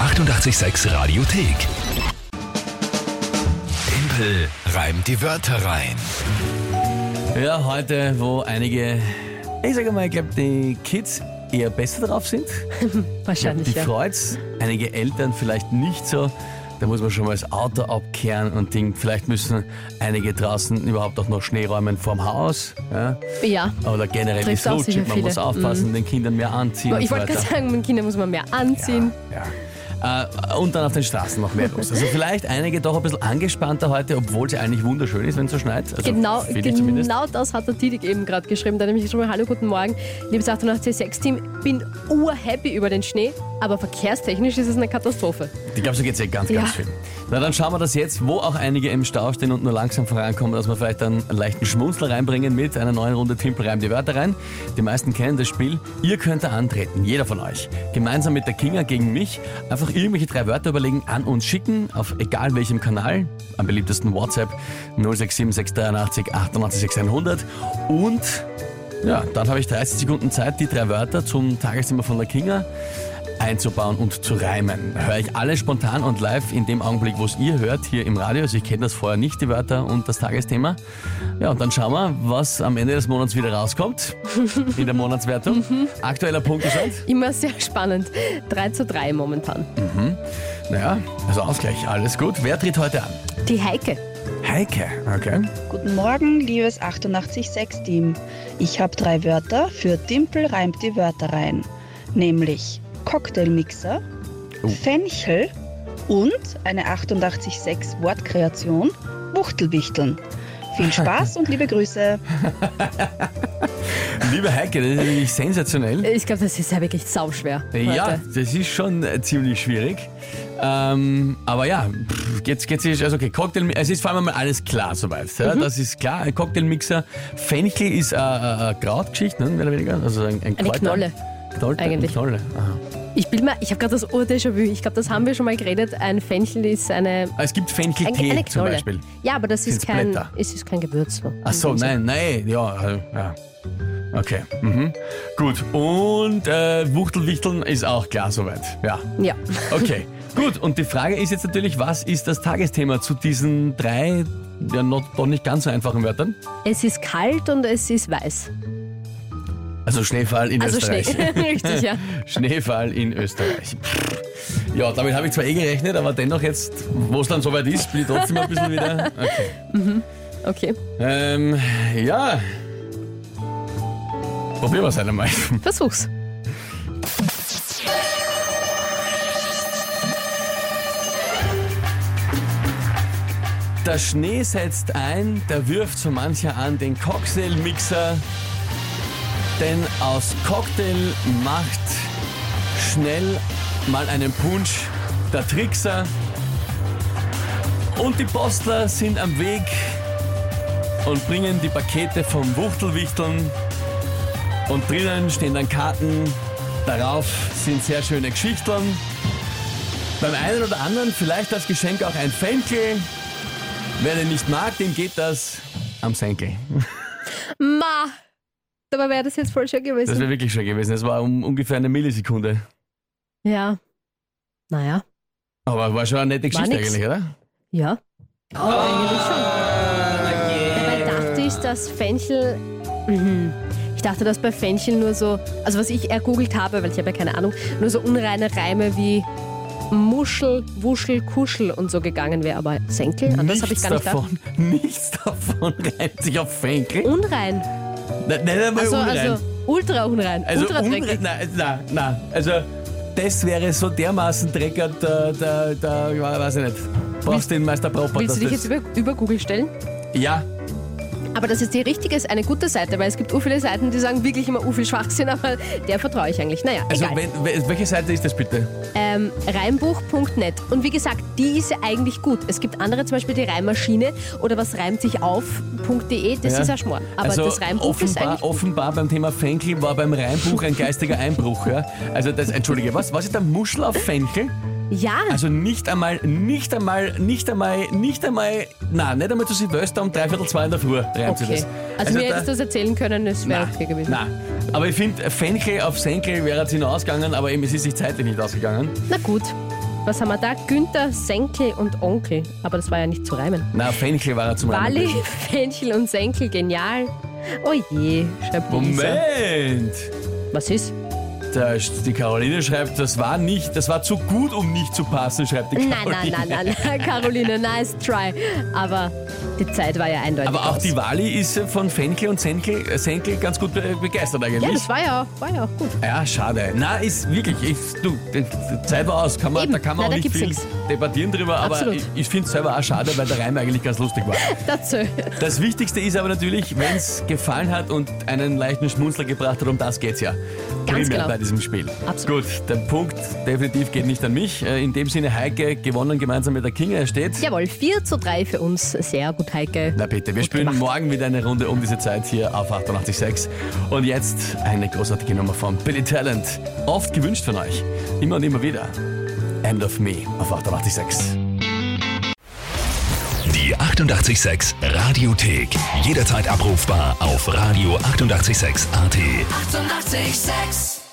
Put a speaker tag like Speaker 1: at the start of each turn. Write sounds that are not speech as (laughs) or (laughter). Speaker 1: 886 Radiothek. Tempel reimt die Wörter rein.
Speaker 2: Ja, heute, wo einige, ich sage mal, ich glaube, die Kids eher besser drauf sind.
Speaker 3: Wahrscheinlich,
Speaker 2: Die
Speaker 3: ja.
Speaker 2: freut's, einige Eltern vielleicht nicht so. Da muss man schon mal das Auto abkehren und Ding. Vielleicht müssen einige draußen überhaupt auch noch Schnee räumen vorm Haus. Ja?
Speaker 3: Ja.
Speaker 2: Oder generell
Speaker 3: Trifft
Speaker 2: ist
Speaker 3: auch
Speaker 2: rutschig.
Speaker 3: sicher
Speaker 2: Man muss
Speaker 3: viele.
Speaker 2: aufpassen, den Kindern mehr anziehen.
Speaker 3: Aber ich
Speaker 2: und
Speaker 3: wollte
Speaker 2: so
Speaker 3: gerade
Speaker 2: weiter.
Speaker 3: sagen, mit Kindern muss man mehr anziehen.
Speaker 2: Ja. Äh, und dann auf den Straßen noch mehr los. Also (laughs) vielleicht einige doch ein bisschen angespannter heute, obwohl es ja eigentlich wunderschön ist, wenn es so schneit. Also
Speaker 3: Genau,
Speaker 2: finde ich zumindest.
Speaker 3: genau das hat der Tidik eben gerade geschrieben. Da hat nämlich schon mal Hallo, guten Morgen, liebes 886-Team. Bin urhappy über den Schnee, aber verkehrstechnisch ist es eine Katastrophe.
Speaker 2: Ich glaube, so geht es eh ganz, ganz
Speaker 3: Ja.
Speaker 2: viel. Na, dann schauen wir das jetzt, wo auch einige im Stau stehen und nur langsam vorankommen, dass wir vielleicht dann einen leichten Schmunzler reinbringen mit einer neuen Runde Timpel reimt die Wörter rein. Die meisten kennen das Spiel. Ihr könnt da antreten, jeder von euch. Gemeinsam mit der Kinga gegen mich. Einfach irgendwelche drei Wörter überlegen, an uns schicken, auf egal welchem Kanal. Am beliebtesten WhatsApp 067 683 88 600 und ja, dann habe ich 30 Sekunden Zeit, die drei Wörter zum Tagesthema von der Kinga einzubauen und zu reimen. Höre ich alle spontan und live in dem Augenblick, wo es ihr hört, hier im Radio. Also ich kenne das vorher nicht, die Wörter und das Tagesthema. Ja, und dann schauen wir, was am Ende des Monats wieder rauskommt in der Monatswertung. Aktueller Punktestand?
Speaker 3: Immer sehr spannend. 3 zu 3 momentan.
Speaker 2: Naja, also Ausgleich, alles gut. Wer tritt heute an?
Speaker 3: Die Heike.
Speaker 2: Heike, okay.
Speaker 4: Guten Morgen, liebes 886-Team. Ich habe drei Wörter für Dimpel reimt die Wörter rein, nämlich Cocktailmixer,
Speaker 2: Oh.
Speaker 4: Fenchel und eine 886-Wortkreation Wuchtelwichteln. Viel Spaß und liebe Grüße.
Speaker 2: Liebe Heike, das ist natürlich sensationell.
Speaker 3: Ich glaube, das ist ja wirklich sauschwer.
Speaker 2: Äh, Ja,
Speaker 3: heute.
Speaker 2: das ist schon äh, ziemlich schwierig. Ähm, aber ja, pff, jetzt, jetzt ist, also okay, Cocktail, es ist vor allem mal alles klar soweit.
Speaker 3: Mhm.
Speaker 2: Ja? Das ist klar, ein Cocktailmixer. Fenchel ist äh, äh, äh, Krautgeschichte, ne, mehr oder weniger. Also ein, ein
Speaker 3: Eine
Speaker 2: Kräuter.
Speaker 3: Knolle.
Speaker 2: Knolle
Speaker 3: Eigentlich.
Speaker 2: Knolle. Aha.
Speaker 3: Ich bin mal, ich habe gerade das Ur-Déjà-vu. Ich glaube, das haben wir schon mal geredet. Ein Fenchel ist eine.
Speaker 2: Ah, Es gibt
Speaker 3: Eigentlich
Speaker 2: Fencheltee
Speaker 3: eine
Speaker 2: zum
Speaker 3: Knolle.
Speaker 2: Beispiel.
Speaker 3: Ja, aber das
Speaker 2: Sind's
Speaker 3: ist kein,
Speaker 2: Blätter?
Speaker 3: es ist kein Gewürz. ne?
Speaker 2: Ach so, nein, nein, ja, also, ja. Okay, mhm. gut. Und äh, Wuchtelwichteln ist auch klar soweit. Ja,
Speaker 3: Ja.
Speaker 2: Okay, gut. Und die Frage ist jetzt natürlich, was ist das Tagesthema zu diesen drei, ja, noch, doch nicht ganz so einfachen Wörtern?
Speaker 3: Es ist kalt und es ist weiß.
Speaker 2: Also Schneefall in
Speaker 3: Also Schnee. (laughs)
Speaker 2: Österreich.
Speaker 3: Richtig, ja.
Speaker 2: (laughs) Schneefall in Österreich. Pff. Ja, damit habe ich zwar eh gerechnet, aber dennoch jetzt, wo es dann soweit ist, bin ich trotzdem ein bisschen
Speaker 3: (laughs)
Speaker 2: wieder. Okay.
Speaker 3: Okay.
Speaker 2: Ähm, ja. Probieren wir es einmal.
Speaker 3: Versuch's.
Speaker 2: Der Schnee setzt ein, da wirft so mancher an den Cocktailmixer, denn aus Cocktail macht schnell mal einen Punsch der Trickser. Und die Postler sind am Weg und bringen die Pakete vom Wuchtelwichteln. Und drinnen stehen dann Karten, darauf sind sehr schöne Geschichteln. Beim einen oder anderen vielleicht als Geschenk auch ein Fenkel. Wer den nicht mag, dem geht das am Senkel.
Speaker 3: Ma! Dabei wäre das jetzt voll schön
Speaker 2: Das
Speaker 3: gewesen.
Speaker 2: wäre wirklich schön gewesen. Es war um ungefähr eine Millisekunde.
Speaker 3: Ja. Naja.
Speaker 2: Aber war schon eine nette
Speaker 3: War
Speaker 2: Geschichte
Speaker 3: nix.
Speaker 2: eigentlich, oder?
Speaker 3: Ja. Aber eigentlich schon.
Speaker 2: Ah,
Speaker 3: Dabei dachte ich, dass Fenchel. Mhm. Ich dachte, dass bei Fenchel nur so, also was ich ergoogelt habe, weil ich habe ja keine Ahnung, nur so unreine Reime wie Muschel, Wuschel, Kuschel und so gegangen wäre. Aber Senkel, an das habe ich gar nicht gedacht.
Speaker 2: davon, (laughs) nichts davon reimt sich auf Fenkel.
Speaker 3: Unrein.
Speaker 2: Nein, nein, nein, mal
Speaker 3: Also,
Speaker 2: unrein.
Speaker 3: also ultra unrein.
Speaker 2: Also
Speaker 3: ultra dreckig.
Speaker 2: Nein, nein, nein. Also das wäre so dermaßen dreckert, da, da, da ja, weiß ich nicht. Brauchst den Meister Proper.
Speaker 3: Willst du dich jetzt über, über Google stellen?
Speaker 2: ja,
Speaker 3: Aber das ist die richtige, ist eine gute Seite, weil es gibt u viele Seiten, die sagen wirklich immer u viel Schwachsinn, aber der vertraue ich eigentlich. Naja,
Speaker 2: also
Speaker 3: egal.
Speaker 2: wenn, wel- welche Seite ist das bitte?
Speaker 3: ähm, reimbuch.net. Und wie gesagt, die ist ja eigentlich gut. Es gibt andere, zum Beispiel die Reimmaschine oder was reimt sich auf.de, das
Speaker 2: Ja.
Speaker 3: ist ein Schmarrn. Aber
Speaker 2: also
Speaker 3: das Reimbuch
Speaker 2: offenbar,
Speaker 3: ist eigentlich.
Speaker 2: offenbar beim Thema Fenkel war beim Reimbuch ein geistiger Einbruch. Ja? Also das, entschuldige, was, was ist der Muschel auf Fenkel?
Speaker 3: Ja,
Speaker 2: Also nicht einmal, nicht einmal, nicht einmal, nicht einmal, na, nicht einmal zu Silvester um dreiviertel zwei in der Früh reimt sie
Speaker 3: okay.
Speaker 2: das.
Speaker 3: Also,
Speaker 2: da-
Speaker 3: mir hättest du das erzählen können, es wäre okay gewesen.
Speaker 2: na, aber ich finde, Fenkel auf Senkel wäre jetzt hinausgegangen, aber eben es ist sich zeitlich nicht ausgegangen.
Speaker 3: Na gut. Was haben wir da? Günther, Senkel und Onkel. Aber das war ja nicht zu reimen.
Speaker 2: Na, Fenchel war er zum Reimen
Speaker 3: Bali,
Speaker 2: gewesen.
Speaker 3: Fenchel und Senkel, genial. Oh je, schreibt die Lisa.
Speaker 2: Moment!
Speaker 3: Was ist?
Speaker 2: Da, ist- die Caroline schreibt, das war nicht, das war zu gut, um nicht zu passen, schreibt die
Speaker 3: Nein,
Speaker 2: Caroline.
Speaker 3: nein, nein, nein,
Speaker 2: (laughs)
Speaker 3: nein, Caroline, nice try. Aber die Zeit war ja eindeutig.
Speaker 2: Aber auch
Speaker 3: aus.
Speaker 2: die Wali ist äh, von Fenkel und Senkel, äh, Senkel ganz gut be begeistert
Speaker 3: Ja,
Speaker 2: eigentlich.
Speaker 3: das war ja, auch- war ja auch gut.
Speaker 2: Ja, schade. Na, ist wirklich, ich, du, die die Zeit war aus, kann man,
Speaker 3: Eben.
Speaker 2: da kann man
Speaker 3: Nein, da
Speaker 2: auch nicht
Speaker 3: gibt's
Speaker 2: viel
Speaker 3: nix.
Speaker 2: debattieren drüber, aber
Speaker 3: Absolut.
Speaker 2: ich, ich finde es selber auch schade, weil der Reim eigentlich ganz lustig war.
Speaker 3: Dazu.
Speaker 2: Das Wichtigste ist aber natürlich, wenn es gefallen hat und einen leichten Schmunzler gebracht hat, um das geht's ja. Primär
Speaker 3: genau.
Speaker 2: bei diesem Spiel.
Speaker 3: Absolut.
Speaker 2: Gut, der Punkt definitiv geht nicht an mich. Äh, In dem Sinne, Heike gewonnen gemeinsam mit der Kinga. Er steht.
Speaker 3: Jawohl, 4 zu 3 für uns. Sehr gut, Heike.
Speaker 2: Na bitte, wir
Speaker 3: Gut
Speaker 2: spielen
Speaker 3: gemacht.
Speaker 2: morgen wieder eine Runde um diese Zeit hier auf 88.6. Und jetzt eine großartige Nummer von Billy Talent. Oft gewünscht von euch. Immer und immer wieder. End of Me auf 88.6.
Speaker 1: Die 886 Radiothek. Jederzeit abrufbar auf radio886.at. 886!
Speaker 5: 886